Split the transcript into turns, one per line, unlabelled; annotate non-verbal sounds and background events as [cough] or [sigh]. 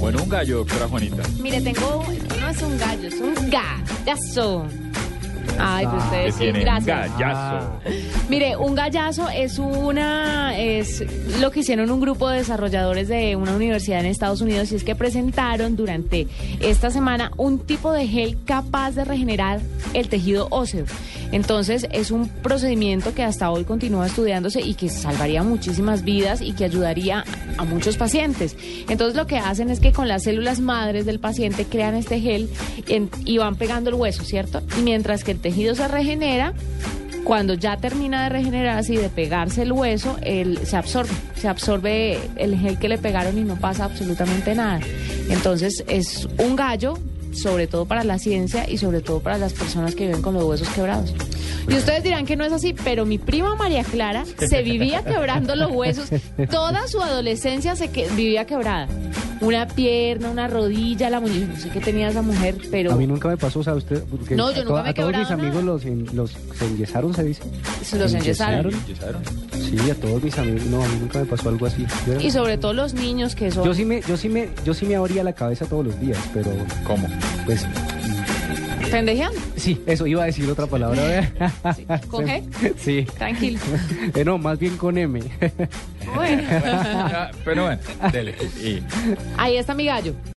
Bueno, un gallo, doctora Juanita.
Mire, tengo. un- No es un gallo, es un gallazo. Ay, pues
Que
ustedes sí,
tiene un
gracias. Ah,
gallazo.
Mire, un gallazo es una es lo que hicieron un grupo de desarrolladores de una universidad en Estados Unidos y es que presentaron durante esta semana un tipo de gel capaz de regenerar el tejido óseo. Entonces, es un procedimiento que hasta hoy continúa estudiándose y que salvaría muchísimas vidas y que ayudaría a muchos pacientes. Entonces, lo que hacen es que con las células madres del paciente crean este gel en- y van pegando el hueso, ¿cierto? Y mientras que el tejido se regenera, cuando ya termina de regenerarse y de pegarse el hueso, él se absorbe, se absorbe el gel que le pegaron y no pasa absolutamente nada. Entonces es un gallo, sobre todo para la ciencia y sobre todo para las personas que viven con los huesos quebrados. Y ustedes dirán que no es así, pero mi prima María Clara se vivía quebrando los huesos. Toda su adolescencia se que- vivía quebrada. Una pierna, una rodilla, la muñeca. No sé qué tenía esa mujer, pero...
A mí nunca me pasó, o sea, usted... porque
No,
a
yo nunca
to-
me he
A todos mis
quebrado
amigos los, en- los se enyesaron, se dice.
Se los enyesaron.
¿Yesaron?
Sí, a todos mis amigos. No, a mí nunca me pasó algo así. Yo, era-
Y sobre todo los niños que son...
yo sí me, yo sí me, yo sí me abría la cabeza todos los días, pero
[laughs]
¿Cómo?
pues mm,
¿Pendejeando?
sí, eso iba a decir otra palabra.
Sí. ¿Con G?
[laughs] Sí.
Tranquilo.
Eh, no, más bien con M.
Bueno,
Ah, Pero bueno, dele. Y-
ahí está mi gallo.